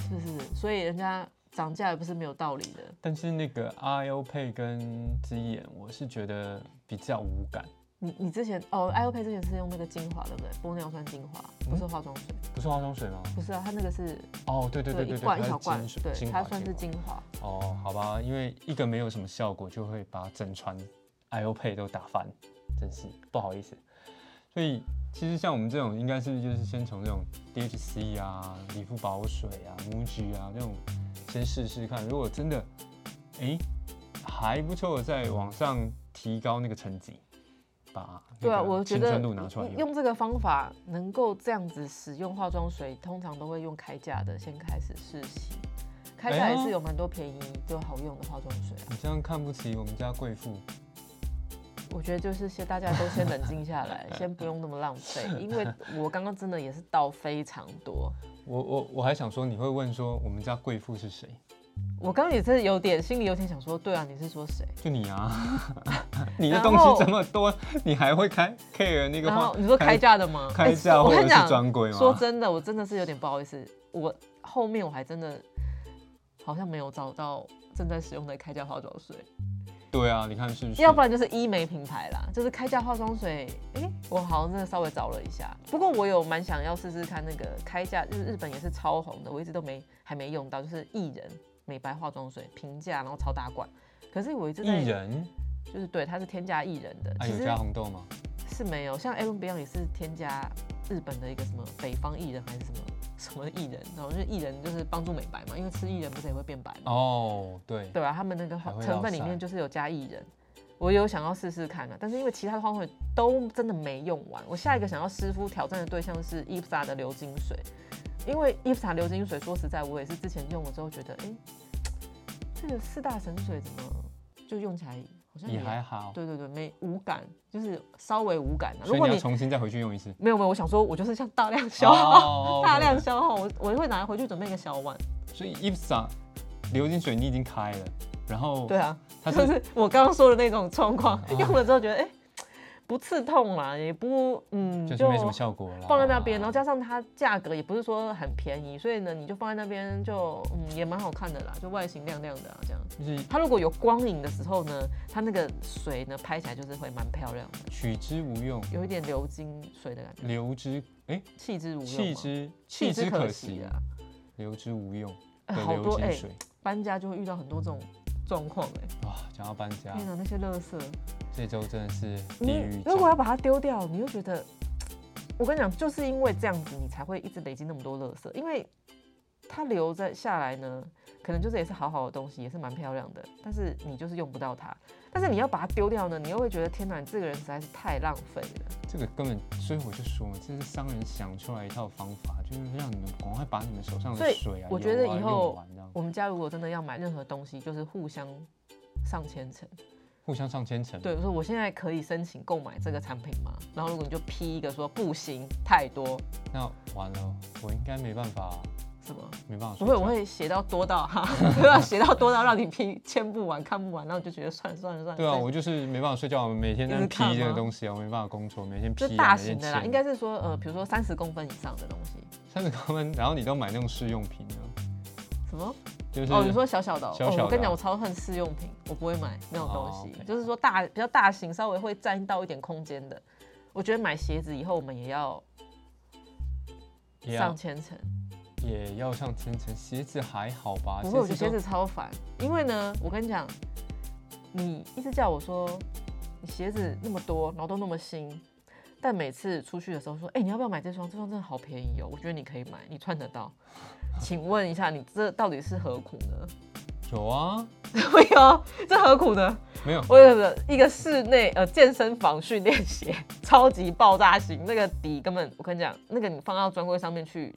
Speaker 2: 是不是？所以人家涨价也不是没有道理的。
Speaker 1: 但是那个 IO Pay 跟之眼，我是觉得比较无感，
Speaker 2: 你你之前哦，艾欧佩之前是用那个精华，对不对？玻尿酸精华不
Speaker 1: 嗯
Speaker 2: 是化妆水，
Speaker 1: 不是化妆水吗？
Speaker 2: 不是啊，它那个是
Speaker 1: 哦，对对对对
Speaker 2: 一
Speaker 1: 对，
Speaker 2: 罐一
Speaker 1: 它
Speaker 2: 小
Speaker 1: 是
Speaker 2: 罐
Speaker 1: 精，水
Speaker 2: 对，
Speaker 1: 精
Speaker 2: 它
Speaker 1: 华
Speaker 2: 算是
Speaker 1: 精华
Speaker 2: 精华。
Speaker 1: 哦，好吧，因为一个没有什么效果，就会把整船 IO Pay 都打翻，真是不好意思。所以其实像我们这种，应该是就是先从这种 DHC 啊、理肤宝水啊、MUJI 啊这种先试试看，如果真的诶还不错，再往上提高那个成绩，把那
Speaker 2: 对啊，
Speaker 1: 个
Speaker 2: 我觉
Speaker 1: 青
Speaker 2: 得
Speaker 1: 春露拿出来用。
Speaker 2: 用这个方法能够这样子使用化妆水，通常都会用开架的先开始试洗，开架
Speaker 1: 哎呀
Speaker 2: 也是有蛮多便宜就好用的化妆水啊。
Speaker 1: 你这样看不起我们家贵妇，
Speaker 2: 我觉得就是先大家都先冷静下 来，先不用那么浪费，因为我刚刚真的也是倒非常多。
Speaker 1: 我我我还想说你会问说我们家贵妇是谁？
Speaker 2: 我刚刚也是有点心里有点想说，对啊，你是说谁？
Speaker 1: 就你啊， 你的
Speaker 2: 然
Speaker 1: 东
Speaker 2: 后
Speaker 1: 西这么多，你还会开 care 那个
Speaker 2: 然
Speaker 1: 话
Speaker 2: 后？你说开价的吗？
Speaker 1: 开
Speaker 2: 哎
Speaker 1: 价
Speaker 2: 我
Speaker 1: 或者
Speaker 2: 跟你讲
Speaker 1: 是专柜吗？
Speaker 2: 说真的，我真的是有点不好意思，我后面我还真的好像没有找到正在使用的开价化妆水，
Speaker 1: 对啊，你看是不是？
Speaker 2: 要不然就是医美品牌啦，就是开价化妆水，诶、我好像真的稍微找了一下，不过我有蛮想要试试看那个开价，日日本也是超红的，我一直都没还没用到，就是艺人美白化妆水平价，然后超大罐，可是我一直在
Speaker 1: 艺人
Speaker 2: 就是对，它是添加艺人的，
Speaker 1: 啊，
Speaker 2: 其
Speaker 1: 有
Speaker 2: 实
Speaker 1: 加红豆吗？
Speaker 2: 是没有，像 Aaron Beyond 也是添加日本的一个什么北方艺人还是什么什么艺人，然后就是艺人就是帮助美白嘛，因为吃艺人不是也会变白嘛，
Speaker 1: 哦，对，
Speaker 2: 对啊，他们那个
Speaker 1: 还会
Speaker 2: 成分
Speaker 1: 绕
Speaker 2: 里
Speaker 1: 晒
Speaker 2: 面就是有加艺人，我有想要试试看啊，但是因为其他的化妆水都真的没用完，我下一个想要湿敷挑战的对象是 IPSA 的流金水，因为 IPSA 流金水说实在我也是之前用了之后觉得，哎、这个四大神水怎么就用起来好像
Speaker 1: 也还好。
Speaker 2: 对对对，没无感，就是稍微无感、啊。
Speaker 1: 所
Speaker 2: 如
Speaker 1: 以
Speaker 2: 果
Speaker 1: 你
Speaker 2: 你
Speaker 1: 要重新再回去用一次。
Speaker 2: 没有没有，我想说，我就是像大量消耗，
Speaker 1: 哦
Speaker 2: 大量。消耗，我我会拿回去准备一个小碗。
Speaker 1: 所以 IPSA 流金水你已经开了，然后
Speaker 2: 对啊，
Speaker 1: 哦它哦
Speaker 2: 就是是我刚刚说的那种状况，用了之后觉得哎、不刺痛啦，也不嗯，
Speaker 1: 就是没什么效果啊了，
Speaker 2: 放在那边，然后加上它价格也不是说很便宜，所以呢，你就放在那边就嗯也蛮好看的啦，就外形亮亮的啊这样。
Speaker 1: 就是
Speaker 2: 它如果有光影的时候呢，它那个水呢拍起来就是会蛮漂亮的，
Speaker 1: 取之无用，
Speaker 2: 有一点流金水的感觉，
Speaker 1: 留之哎
Speaker 2: 弃之无用啊
Speaker 1: 弃
Speaker 2: 嘛，
Speaker 1: 之
Speaker 2: 弃之可惜
Speaker 1: 惜
Speaker 2: 啊，。
Speaker 1: 留之无用
Speaker 2: 哎
Speaker 1: 的
Speaker 2: 好
Speaker 1: 流
Speaker 2: 多哎、
Speaker 1: 金水。
Speaker 2: 搬家就会遇到很多这种状况哎。
Speaker 1: 哇，讲到搬家，
Speaker 2: 天哪，那些垃圾，
Speaker 1: 这周真的是地狱
Speaker 2: 你
Speaker 1: 周。
Speaker 2: 如果要把它丢掉，你又觉得，我跟你讲，就是因为这样子，你才会一直累积那么多垃圾，因为它留在下来呢，可能就是也是好好的东西，也是蛮漂亮的，但是你就是用不到它。但是你要把它丢掉呢，你又会觉得天哪，你这个人实在是太浪费了。
Speaker 1: 这个根本，所以我就说嘛，这是商人想出来一套方法，就是让你们赶快把你们手上
Speaker 2: 所
Speaker 1: 的
Speaker 2: 以
Speaker 1: 水啊、
Speaker 2: 我
Speaker 1: 油
Speaker 2: 觉得
Speaker 1: 啊
Speaker 2: 以
Speaker 1: 用
Speaker 2: 后
Speaker 1: 完这样，
Speaker 2: 我们家如果真的要买任何东西，就是互相上千层。
Speaker 1: 互相上千层。
Speaker 2: 对，我说我现在可以申请购买这个产品吗？然后如果你就批一个说不行，太多
Speaker 1: 那完了，我应该没办法，
Speaker 2: 什么？
Speaker 1: 没办法
Speaker 2: 不
Speaker 1: 睡觉。
Speaker 2: 会，我会写到多到哈， 对啊，写到多到让你批签不完、看不完，然后就觉得算了算了算了。
Speaker 1: 对啊，
Speaker 2: 再
Speaker 1: 我就是没办法睡觉，我每天在那
Speaker 2: 一直看
Speaker 1: 批这个
Speaker 2: 吗
Speaker 1: 东西啊，我没办法工作，每天批、
Speaker 2: 就
Speaker 1: 啊，
Speaker 2: 是大型的
Speaker 1: 每天
Speaker 2: 啦，
Speaker 1: 签
Speaker 2: 应该是说呃，比如说三十公分以上的东西，
Speaker 1: 三十公分，然后你都买那种试用品的，
Speaker 2: 什么？
Speaker 1: 啊就是
Speaker 2: 哦，你说小小的哦，
Speaker 1: 小小的啊
Speaker 2: 哦我跟你讲，我超恨试用品，我不会买那种东
Speaker 1: 哦
Speaker 2: 西。
Speaker 1: ，OK
Speaker 2: 就是说大比较大型，稍微会占到一点空间的。我觉得买鞋子以后，我们也要
Speaker 1: 也
Speaker 2: 上
Speaker 1: 要
Speaker 2: 千层。
Speaker 1: 也要上千层，鞋子还好吧？
Speaker 2: 不会，我觉得鞋
Speaker 1: 都
Speaker 2: 子超烦，因为呢，我跟你讲，你一直叫我说你鞋子那么多，然后都那么新，但每次出去的时候说，哎、你要不要买这双？这双真的好便宜哦，我觉得你可以买，你穿得到。请问一下，你这到底是何苦呢？
Speaker 1: 有啊，
Speaker 2: 没有， 这何苦呢？
Speaker 1: 没有
Speaker 2: 我有个一个室内呃健身房训练鞋， 超级爆炸型，那个底根本我跟你讲，那个你放到专柜上面去，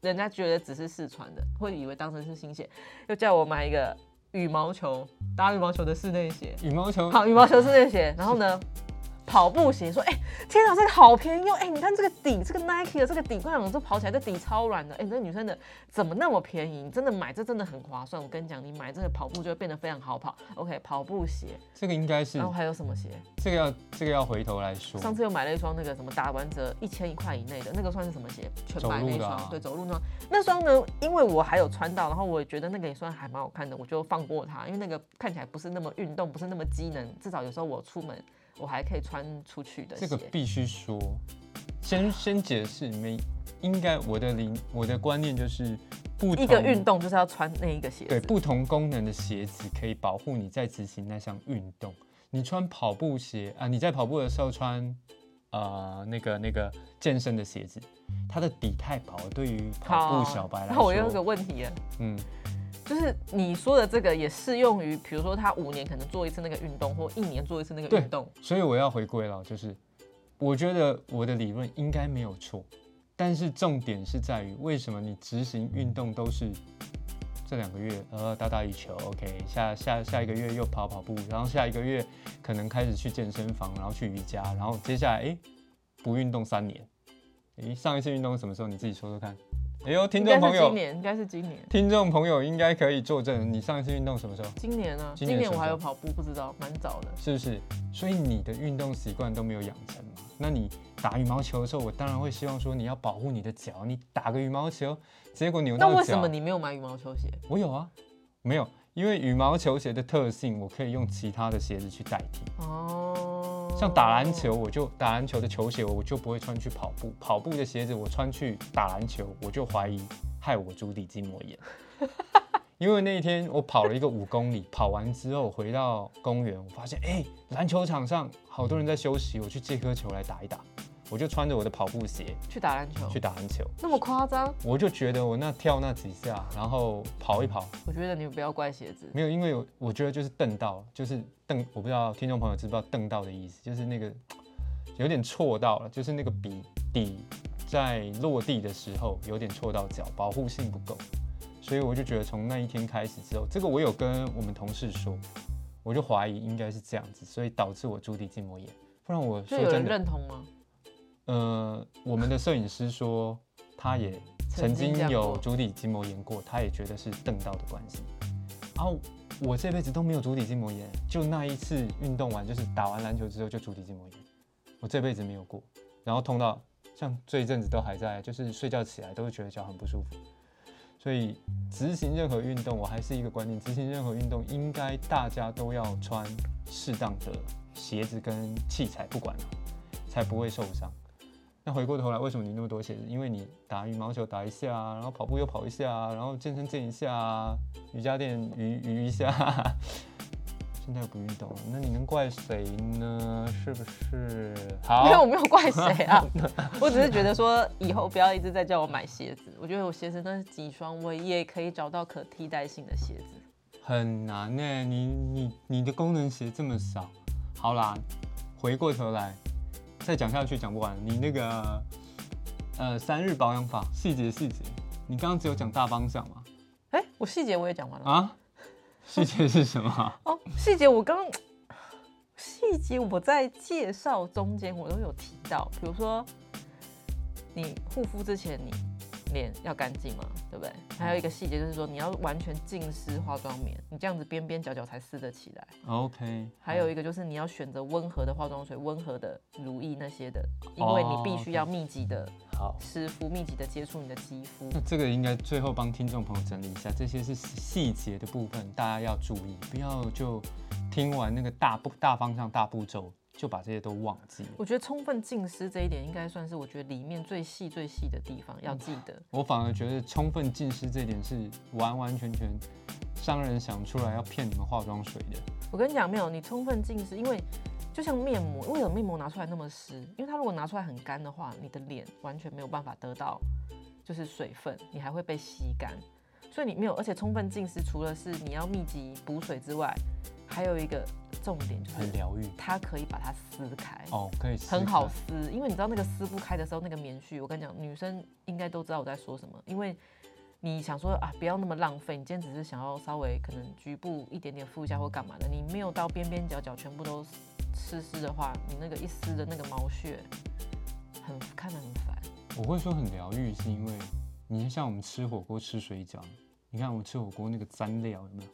Speaker 2: 人家觉得只是试穿的，会以为当成是新鞋。又叫我买一个羽毛球打羽毛球的室内鞋，
Speaker 1: 羽毛球
Speaker 2: 好，羽毛球室内鞋，然后呢？跑步鞋说：“哎、天啊，这个好便宜哦！哎、你看这个底，这个 Nike 的这个底，快讲，这跑起来这底超软的。哎、你这女生的怎么那么便宜？你真的买这真的很划算。我跟你讲，你买这个跑步就会变得非常好跑。OK，跑步鞋，
Speaker 1: 这个应该是
Speaker 2: 然后还有什么鞋？
Speaker 1: 这个要这个要回头来说，
Speaker 2: 哦上次又买了一双那个什么打完折一千一块以内的那个算是什么鞋？全白
Speaker 1: 走
Speaker 2: 那
Speaker 1: 路
Speaker 2: 一
Speaker 1: 的
Speaker 2: 双，
Speaker 1: 啊
Speaker 2: 对，走路那双。那双呢，因为我还有穿到，然后我也觉得那个也算还蛮好看的，我就放过它，因为那个看起来不是那么运动，不是那么机能，至少有时候我出门我还可以穿出去的
Speaker 1: 这
Speaker 2: 鞋。
Speaker 1: 个必须说，先先解释，没应该我的理我的观念就是不同
Speaker 2: 一个运动就是要穿那一个鞋
Speaker 1: 对
Speaker 2: 子，
Speaker 1: 不同功能的鞋子可以保护你在执行那项运动。你穿跑步鞋啊，你在跑步的时候穿呃那个那个健身的鞋子，它的底太薄，对于跑步小白来说，
Speaker 2: 然后我又有个问题了，
Speaker 1: 嗯
Speaker 2: 就是你说的这个也适用于，比如说他五年可能做一次那个运动，或一年做一次那个
Speaker 1: 对
Speaker 2: 运动。
Speaker 1: 所以我要回归了，就是我觉得我的理论应该没有错，但是重点是在于为什么你执行运动都是这两个月呃打打羽球，OK，下下下一个月又跑跑步，然后下一个月可能开始去健身房，然后去瑜伽，然后接下来诶不运动三年，诶上一次运动是什么时候？你自己说说看。哎呦，听
Speaker 2: 应
Speaker 1: 众
Speaker 2: 该
Speaker 1: 朋
Speaker 2: 是今
Speaker 1: 友，
Speaker 2: 年，应该是今年。
Speaker 1: 听众朋友应该可以作证，你上一次运动什么时候？
Speaker 2: 今年啊，
Speaker 1: 今
Speaker 2: 今
Speaker 1: 年
Speaker 2: 年
Speaker 1: 是
Speaker 2: 我还
Speaker 1: 不是
Speaker 2: 有跑步，不知道，蛮早的。
Speaker 1: 是不是？所以你的运动习惯都没有养成嘛？那你打羽毛球的时候，我当然会希望说你要保护你的脚，你打个羽毛球，结果扭
Speaker 2: 那
Speaker 1: 到脚。
Speaker 2: 为什么你没有买羽毛球鞋？
Speaker 1: 我有啊，没有，因为羽毛球鞋的特性，我可以用其他的鞋子去代替。
Speaker 2: 哦，
Speaker 1: 像打篮球，我就打篮球的球鞋，我就不会穿去跑步；跑步的鞋子，我穿去打篮球，我就怀疑害我足底筋膜炎。因为那一天我跑了一个五公里，跑完之后回到公园，我发现哎，篮球场上好多人在休息，我去借颗球来打一打。我就穿着我的跑步鞋
Speaker 2: 去打篮球
Speaker 1: 去，打篮球，
Speaker 2: 那么夸张？
Speaker 1: 我就觉得我那跳那几下，然后跑一跑，
Speaker 2: 我觉得你不要怪鞋子，
Speaker 1: 没有，因为有我觉得就是瞪到，就是瞪，我不知道听众朋友知不知道瞪到的意思，就是那个有点错到了，就是那个笔底在落地的时候有点错到脚，保护性不够，所以我就觉得从那一天开始之后，这个我有跟我们同事说，我就怀疑应该是这样子，所以导致我足底筋膜炎。不然我
Speaker 2: 就
Speaker 1: 说
Speaker 2: 有
Speaker 1: 真
Speaker 2: 人
Speaker 1: 的，
Speaker 2: 认同吗？
Speaker 1: 呃，我们的摄影师说他也曾
Speaker 2: 曾经这
Speaker 1: 经
Speaker 2: 样
Speaker 1: 有
Speaker 2: 过
Speaker 1: 足底筋膜炎过，他也觉得是瞪到的关系。然后我这辈子都没有足底筋膜炎，就那一次运动完，就是打完篮球之后就足底筋膜炎，我这辈子没有过。然后痛到像这一阵子都还在，就是睡觉起来都会觉得脚很不舒服。所以执行任何运动，我还是一个观念，执行任何运动应该大家都要穿适当的鞋子跟器材，不管了、才不会受伤。那回过头来，为什么你那么多鞋子？因为你打羽毛球打一下啊，然后跑步又跑一下啊，然后健身健一下啊，瑜伽垫瑜瑜一下 啊。现在又不运动了，那你能怪谁呢？是不是？好，
Speaker 2: 没有，我没有怪 谁啊，我只是觉得说以后不要一直在叫我买鞋子，我觉得我鞋子那几双我也可以找到可替代性的鞋子。
Speaker 1: 很难呢、欸你你你的功能鞋这么少，好啦，回过头来再讲下去讲不完。你那个呃三日保养法细节细节，你刚刚只有讲大方向嘛？
Speaker 2: 哎、我细节我也讲完了
Speaker 1: 啊，细节是什么？
Speaker 2: 哦，细节我刚细节我在介绍中间我都有提到，比如说你护肤之前你脸要干净嘛，对不对？还有一个细节就是说你要完全浸湿化妆棉，你这样子边边角角才撕得起来。
Speaker 1: OK，
Speaker 2: 还有
Speaker 1: 一
Speaker 2: 一个就是你要选择温和的化妆水、温和的乳液那些的，因为你必须要密集的
Speaker 1: 好，
Speaker 2: 湿敷密集的接触你的肌肤。
Speaker 1: 那这个应该最后帮听众朋友整理一下，这些是细节的部分，大家要注意，不要就听完那个大步大方向大步骤就把这些都忘记了。
Speaker 2: 我觉得充分浸湿这一点，应该算是我觉得里面最细最细的地方要记得。
Speaker 1: 我反而觉得充分浸湿这一点是完完全全商人想出来要骗你们化妆水的。
Speaker 2: 我跟你讲，没有你充分浸湿，因为就像面膜，为什么面膜拿出来那么湿？因为它如果拿出来很干的话，你的脸完全没有办法得到就是水分，你还会被吸干。所以你没有，而且充分浸湿除了是你要密集补水之外，还有一个重点就
Speaker 1: 很
Speaker 2: 是
Speaker 1: 疗愈
Speaker 2: 它可以把它撕开。
Speaker 1: 哦，可以试试
Speaker 2: 很好
Speaker 1: 看
Speaker 2: 撕，因为你知道那个撕不开的时候，那个棉絮，我跟你讲，女生应该都知道我在说什么，因为你想说啊，不要那么浪费，你今天只是想要稍微可能局部一点点敷一下或干嘛的，你没有到边边角角全部都湿湿的话，你那个一撕的那个毛屑，很看得很烦。
Speaker 1: 我会说很疗愈，是因为你像我们吃火锅吃水饺，你看我吃火锅那个蘸料有没有？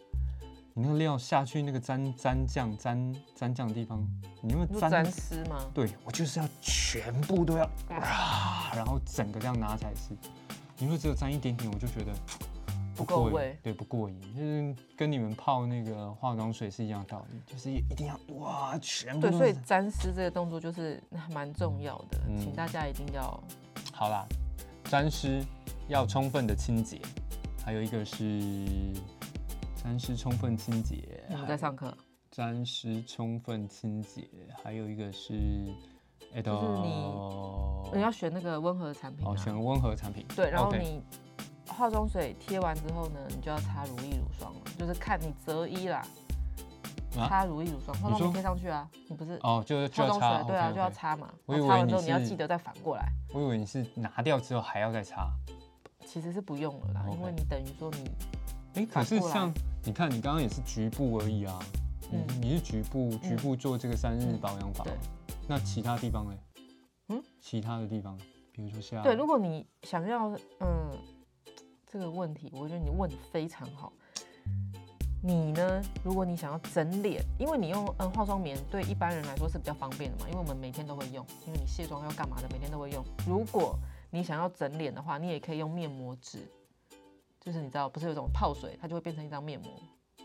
Speaker 1: 你那个料下去，那个蘸蘸酱、蘸蘸酱的地方，你那
Speaker 2: 你
Speaker 1: 个
Speaker 2: 说沾
Speaker 1: 蘸，
Speaker 2: 湿 吗？
Speaker 1: 对我就是要全部都要啊，然后整个这样拿起来吃。你说只有蘸一点点，我就觉得
Speaker 2: 不够
Speaker 1: 过瘾
Speaker 2: 味
Speaker 1: 对，不过瘾，就是跟你们泡那个化妆水是一样的道理，就是一定要哇，全部
Speaker 2: 对，
Speaker 1: 都
Speaker 2: 所以
Speaker 1: 是
Speaker 2: 沾湿这个动作就是蛮重要的，
Speaker 1: 嗯
Speaker 2: 请大家一定要
Speaker 1: 好啦，沾湿要充分的清洁，还有一个是沾湿充分清洁，
Speaker 2: 我们在上课，
Speaker 1: 沾湿充分清洁，还有一个是，哎
Speaker 2: 就是你你要选那个温和的产品、啊。
Speaker 1: 嗯哦，选个温和产品，
Speaker 2: 对，然后
Speaker 1: OK
Speaker 2: 你化妆水贴完之后呢，你就要擦乳液乳霜了，就是看你择一啦。
Speaker 1: 啊
Speaker 2: 擦乳液乳霜，化妆
Speaker 1: 你
Speaker 2: 水
Speaker 1: 说
Speaker 2: 贴上去啊，你不是
Speaker 1: 哦，就就
Speaker 2: 化
Speaker 1: 要
Speaker 2: 妆
Speaker 1: 擦，
Speaker 2: 水对啊，
Speaker 1: OK，OK
Speaker 2: 就要。擦嘛。
Speaker 1: 我
Speaker 2: 然后
Speaker 1: 以
Speaker 2: 擦
Speaker 1: 为
Speaker 2: 完之后
Speaker 1: 你
Speaker 2: 你要
Speaker 1: 是
Speaker 2: 记得再反过来，
Speaker 1: 我以为你是拿掉之后还要再擦，
Speaker 2: 其实是不用了啦，因为
Speaker 1: OK
Speaker 2: 你等于说你
Speaker 1: 哎，可是
Speaker 2: 反过来
Speaker 1: 像你看，你刚刚也是局部而已啊，
Speaker 2: 嗯
Speaker 1: 你你是局部局部做这个三日
Speaker 2: 嗯
Speaker 1: 保养法
Speaker 2: 对，
Speaker 1: 那其他地方呢？
Speaker 2: 嗯，
Speaker 1: 其他的地方，比如说像
Speaker 2: 对，如果你想要嗯这个问题，我觉得你问的非常好。你呢？如果你想要整脸，因为你用嗯化妆棉对一般人来说是比较方便的嘛，因为我们每天都会用，因为你卸妆要干嘛的，每天都会用。如果你想要整脸的话，你也可以用面膜纸，就是你知道，不是有一种泡水，它就会变成一张面膜，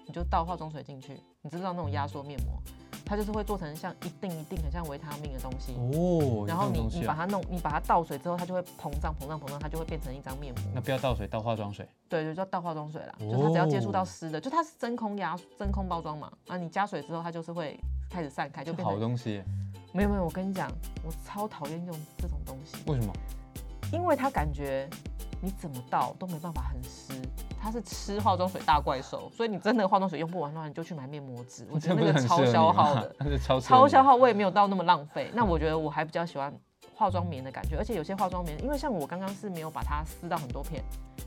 Speaker 2: 你就倒化妆水进去，你知不知道那种压缩面膜，它就是会做成像一定一定很像维他命的东西。
Speaker 1: 哦，
Speaker 2: 然后
Speaker 1: 有这种
Speaker 2: 你
Speaker 1: 东
Speaker 2: 你
Speaker 1: 西
Speaker 2: 把
Speaker 1: 啊，
Speaker 2: 它弄，你把它倒水之后，它就会膨胀膨胀膨胀，它就会变成一张面
Speaker 1: 那
Speaker 2: 膜。
Speaker 1: 不要倒水，倒化妆水。
Speaker 2: 对，就叫倒化妆水啦，就它只要接触到
Speaker 1: 哦
Speaker 2: 湿的，就它是真空压真空包装嘛，啊，你加水之后它就是会开始散开，就
Speaker 1: 这
Speaker 2: 变
Speaker 1: 好
Speaker 2: 成
Speaker 1: 东西耶，
Speaker 2: 没有没有，我跟你讲，我超讨厌用这种东西，
Speaker 1: 为什么？
Speaker 2: 因为它感觉你怎么倒都没办法很湿，它是吃化妆水大怪兽，所以你真的化妆水用不完的话，你就去买面膜纸，我觉
Speaker 1: 这
Speaker 2: 得
Speaker 1: 不
Speaker 2: 那
Speaker 1: 是很适
Speaker 2: 个
Speaker 1: 合
Speaker 2: 超
Speaker 1: 你
Speaker 2: 消耗
Speaker 1: 吗
Speaker 2: 的。，
Speaker 1: 那是超适合
Speaker 2: 超
Speaker 1: 你
Speaker 2: 消。耗，我也没有到那么浪费。那我觉得我还比较喜欢化妆棉的感觉，而且有些化妆棉，因为像我刚刚是没有把它撕到很多片。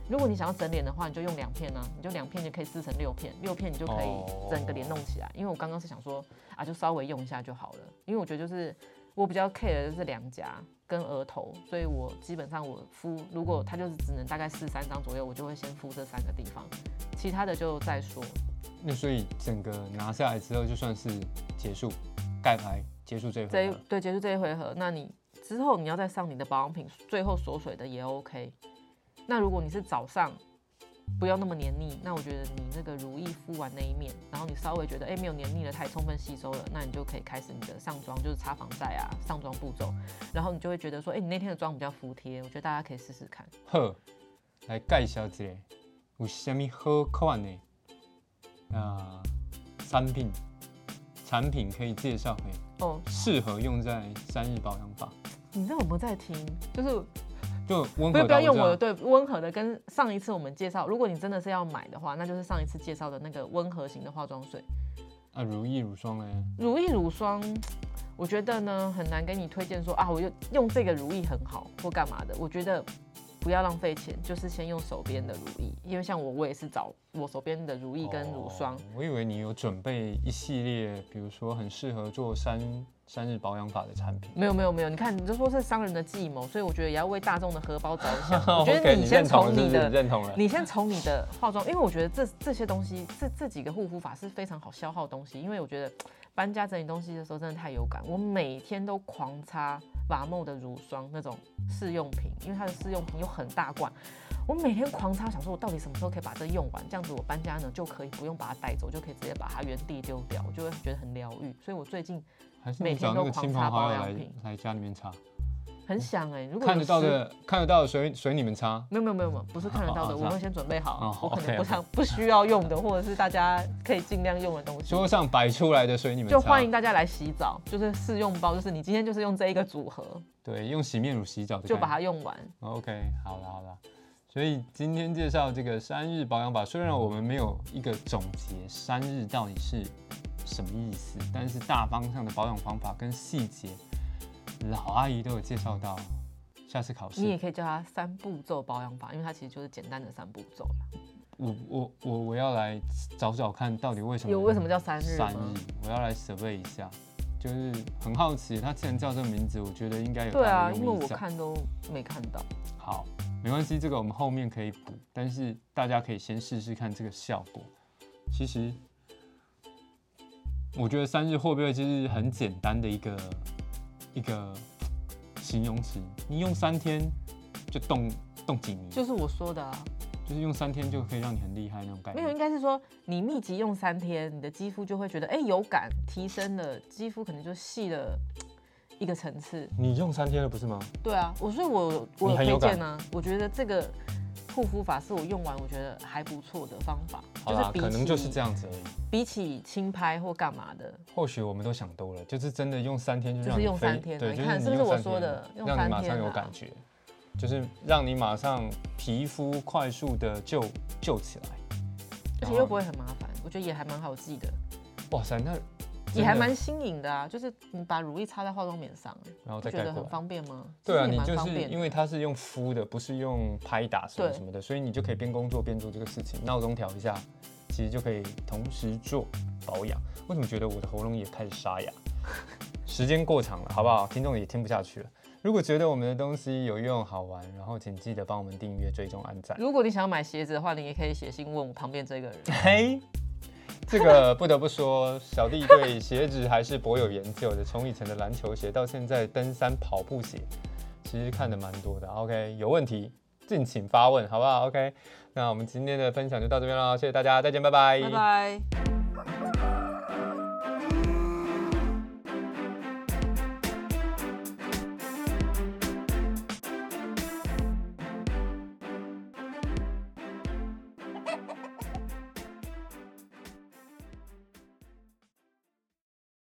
Speaker 2: 如果你想要整脸的话，你就用两片啊，你就两片就可以撕成六片，六片你就可以整个脸弄起来。因为我刚刚是想说啊，就稍微用一下就好了，因为我觉得就是我比较 care 的就是两颊跟额头，所以我基本上我敷，如果它就是只能大概四三张左右，我就会先敷这三个地方，其他的就再说。
Speaker 1: 那所以整个拿下来之后，就算是结束，盖牌结束这一
Speaker 2: 这
Speaker 1: 回
Speaker 2: 一
Speaker 1: 合。
Speaker 2: 对结束这一回合，那你之后你要再上你的保养品，最后锁水的也 OK。那如果你是早上不要那么黏腻，那我觉得你那个如意敷完那一面，然后你稍微觉得哎没有黏腻了，它也充分吸收了，那你就可以开始你的上妆，就是擦防晒啊上妆步骤，然后你就会觉得说哎你那天的妆比较服帖，我觉得大家可以试试看。
Speaker 1: 好，来介绍一下，有什么好看的啊、产品？产品可以介绍给
Speaker 2: 哦，
Speaker 1: 适合用在三日保养法，
Speaker 2: 你知道我们在听，就是
Speaker 1: 就温
Speaker 2: 不
Speaker 1: 和
Speaker 2: 是
Speaker 1: 到
Speaker 2: 不要用我
Speaker 1: 这
Speaker 2: 的，
Speaker 1: 样
Speaker 2: 对温和的跟上一次我们介绍，如果你真的是要买的话，那就是上一次介绍的那个温和型的化妆水。
Speaker 1: 啊，如意乳霜嘞，
Speaker 2: 如意乳霜，我觉得呢很难给你推荐说啊，我就用这个如意很好或干嘛的。我觉得不要浪费钱，就是先用手边的如意，因为像我，我也是找我手边的如意跟乳霜。
Speaker 1: 哦我以为你有准备一系列，比如说很适合做三三日保养法的产品。。
Speaker 2: 没有没有没有，你看你就说是商人的计谋，所以我觉得也要为大众的荷包着想 我觉
Speaker 1: OK，
Speaker 2: 得你
Speaker 1: 认
Speaker 2: 先
Speaker 1: 同了
Speaker 2: 从
Speaker 1: 是
Speaker 2: 你
Speaker 1: 不是
Speaker 2: 的
Speaker 1: 认同 了，
Speaker 2: 你先从你的化妆，因为我觉得这这些东西，这这几个护肤法是非常好消耗的东西。因为我觉得搬家整理东西的时候真的太有感，我每天都狂擦把梦的乳霜那种试用品，因为它的试用品有很大罐，我每天狂擦，想说我到底什么时候可以把这用完？这样子我搬家呢就可以不用把它带走，就可以直接把它原地丢掉，我就会觉得很疗愈。所以我最近
Speaker 1: 还是
Speaker 2: 每
Speaker 1: 你
Speaker 2: 天
Speaker 1: 找那
Speaker 2: 都
Speaker 1: 个
Speaker 2: 狂
Speaker 1: 亲
Speaker 2: 擦
Speaker 1: 朋好
Speaker 2: 保
Speaker 1: 友
Speaker 2: 养
Speaker 1: 来
Speaker 2: 品
Speaker 1: 来家里面擦，
Speaker 2: 很想哎、如果有
Speaker 1: 看得到
Speaker 2: 时
Speaker 1: 的看得到的水水你们擦，
Speaker 2: 没有没有没有没有，不是看得到的，
Speaker 1: 哦哦
Speaker 2: 我们先准备好
Speaker 1: 哦，
Speaker 2: 我可能不
Speaker 1: OK，OK
Speaker 2: 想不需要用的，或者是大家可以尽量用的东西。
Speaker 1: 桌上摆出来的水你们
Speaker 2: 就
Speaker 1: 擦。
Speaker 2: 欢迎大家来洗澡，就是试用包，就是你今天就是用这一个组合，
Speaker 1: 对，用洗面乳洗澡的
Speaker 2: 就把
Speaker 1: 概
Speaker 2: 它用完。
Speaker 1: 念 OK，好了好了。所以今天介绍这个三日保养法，虽然我们没有一个总结三日到底是什么意思，但是大方向的保养方法跟细节，老阿姨都有介绍到。下次考
Speaker 2: 你也
Speaker 1: 试，
Speaker 2: 可以叫它三步骤保养法，因为它其实就是简单的三步骤啦
Speaker 1: 我我我我要来找找看到底为什么
Speaker 2: 有为什么叫三日
Speaker 1: 嗯三
Speaker 2: 吗
Speaker 1: 日？，我要来 survey 一下，就是很好奇，它既然叫这个名字，我觉得应该有
Speaker 2: 对
Speaker 1: 它
Speaker 2: 啊，
Speaker 1: 的
Speaker 2: 因为
Speaker 1: 用意
Speaker 2: 我
Speaker 1: 在。
Speaker 2: 看都没看到。
Speaker 1: 好，没关系，这个我们后面可以补，但是大家可以先试试看这个效果。其实，我觉得三日会不会就是很简单的一个一个形容词？你用三天就动动几米，就
Speaker 2: 就是我说的啊，
Speaker 1: 就是用三天就可以让你很厉害那种感
Speaker 2: 没有，
Speaker 1: 觉
Speaker 2: 应。该是说你密集用三天，你的肌肤就会觉得哎、有感，提升了，肌肤可能就细了一个层次。
Speaker 1: 你用三天了不是吗？
Speaker 2: 对啊，我所以我我
Speaker 1: 你
Speaker 2: 有
Speaker 1: 很有
Speaker 2: 推
Speaker 1: 感
Speaker 2: 荐呢、我觉得这个护肤法是我用完我觉得还不错的方法，
Speaker 1: 好啦，
Speaker 2: 比
Speaker 1: 可能就是
Speaker 2: 起
Speaker 1: 这样子而已。
Speaker 2: 比起轻拍或干嘛的，
Speaker 1: 或许我们都想多了，就是真的用三天就
Speaker 2: 就是
Speaker 1: 让你
Speaker 2: 用
Speaker 1: 飞
Speaker 2: 三天啊
Speaker 1: 对，
Speaker 2: 你
Speaker 1: 就
Speaker 2: 看
Speaker 1: 你
Speaker 2: 是不是
Speaker 1: 用
Speaker 2: 我
Speaker 1: 三
Speaker 2: 说
Speaker 1: 天
Speaker 2: 的用
Speaker 1: 让
Speaker 2: 三
Speaker 1: 你马
Speaker 2: 天
Speaker 1: 上有
Speaker 2: 啊
Speaker 1: 感觉，就是让你马上皮肤快速的就就起来。
Speaker 2: 而且
Speaker 1: 哦
Speaker 2: 又不会很麻烦，我觉得也还蛮好记的，
Speaker 1: 哇塞，那
Speaker 2: 也还
Speaker 1: 真的
Speaker 2: 蛮新颖的啊。就是你把乳液擦在化妆棉上，
Speaker 1: 然后
Speaker 2: 不
Speaker 1: 哦再
Speaker 2: 觉
Speaker 1: 盖
Speaker 2: 得
Speaker 1: 过
Speaker 2: 很
Speaker 1: 来。
Speaker 2: 方便吗？
Speaker 1: 对啊，
Speaker 2: 其实也
Speaker 1: 你
Speaker 2: 蛮
Speaker 1: 就
Speaker 2: 方
Speaker 1: 是
Speaker 2: 便的
Speaker 1: 因为它是用敷的，不是用拍打什么
Speaker 2: 对
Speaker 1: 什么的，所以你就可以边工作边做这个事情。闹钟调一下，其实就可以同时做保养。我怎么觉得我的喉咙也开始沙 哑？时间过长了，好不好？听众也听不下去了。如果觉得我们的东西有用、好玩，然后请记得帮我们订阅、追踪、按赞。
Speaker 2: 如果你想要买鞋子的话，你也可以写信问我旁边 这个人。
Speaker 1: 嘿， 这个不得不说，小弟对鞋子还是颇有研究的。从以前的篮球鞋到现在登山跑步鞋，其实看的蛮多的。OK，有问题敬请发问，好不好？OK，那我们今天的分享就到这边了，谢谢大家，再见，拜拜，
Speaker 2: 拜拜。